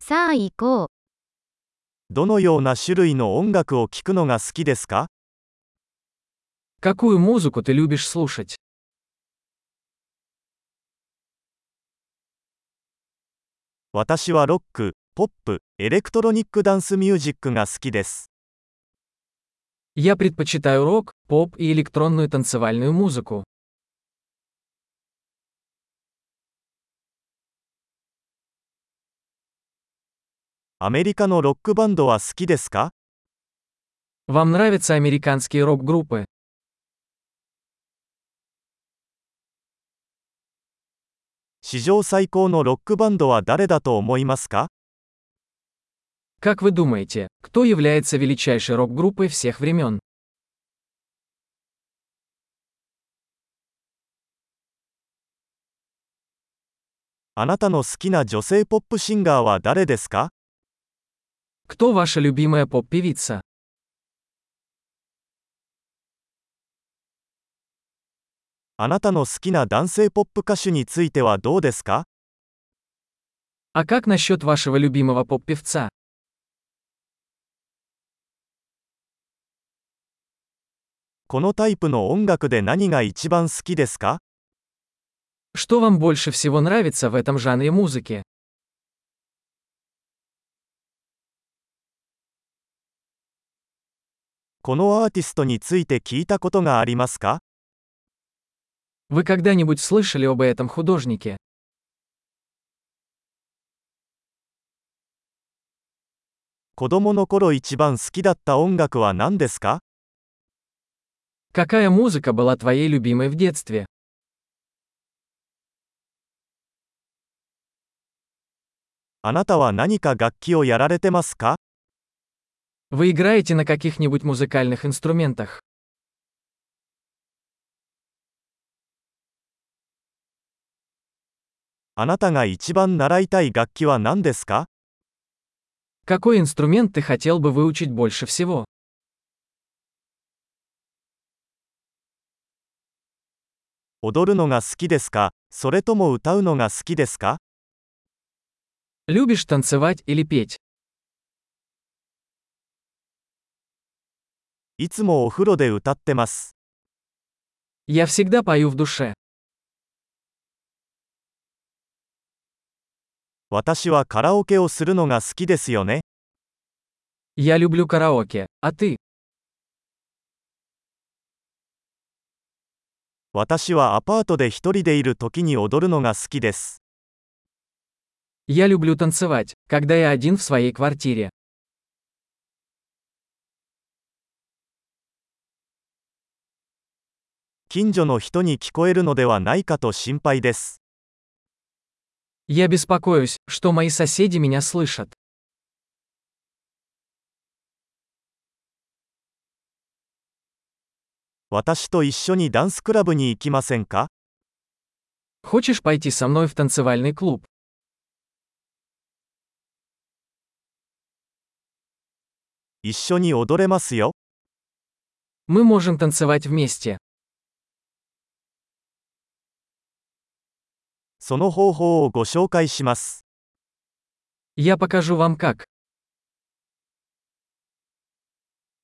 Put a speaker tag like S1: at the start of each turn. S1: さあ行こう。
S2: どのような種類の音楽を聴くのが好きですか
S3: Какую музыку ты любишь слушать?
S2: 私はロック、ポップ、エレクトロニックダンスミュージックが好きです。
S3: Я предпочитаю рок, поп и электронную танцевальную музыку.
S2: アメリカのロックバンドは好きですか
S3: Вам нравятся американские рок-группы?
S2: 史上最高のロックバンドは誰だと思いますか
S3: Как вы думаете, кто является величайшей рок-группой всех времен?
S2: あなたの好きな女性ポップシンガーは誰ですか
S3: Кто ваша любимая поп-певица?
S2: あなたの好きな男性ポップ歌手についてはどうですか
S3: А как насчет вашего любимого поп-певца?
S2: このタイプの音楽で何が一番好きですか
S3: Что вам больше всего нравится в этом жанре музыки?
S2: このアーティストについて聞いたことがありますか
S3: Вы когда-нибудь слышали об этом художнике?
S2: 子供の頃一番好きだった音楽は何ですか
S3: Какая музыка была твоей любимой в детстве?
S2: あなたは何か楽器をやられてますか
S3: Вы играете на каких-нибудь музыкальных инструментах?
S2: あなたが一番習いたい楽器は何ですか
S3: Какой инструмент ты хотел бы выучить больше всего?
S2: 踊るのが好きですかそれとも歌うのが好きですか
S3: Любишь танцевать или петь?
S2: いつもお風呂で歌ってます。
S3: Я всегда пою в душе.
S2: 私はカラオケをするのが好きですよね。
S3: Я люблю караоке, а ты?
S2: 私はアパートで一人でいる時に踊るのが好きです。
S3: Я люблю танцевать, когда я один в своей квартире.
S2: 近所の人に聞こえるのではないかと心配です。
S3: Я беспокоюсь, что мои соседи меня слышат.
S2: 私と一緒にダンスクラブに行きませんか
S3: Хочешь пойти со мной в танцевальный клуб?
S2: 一緒に踊れますよ。
S3: Мы можем танцевать вместе.
S2: その方法をご紹介します。
S3: Я покажу вам как.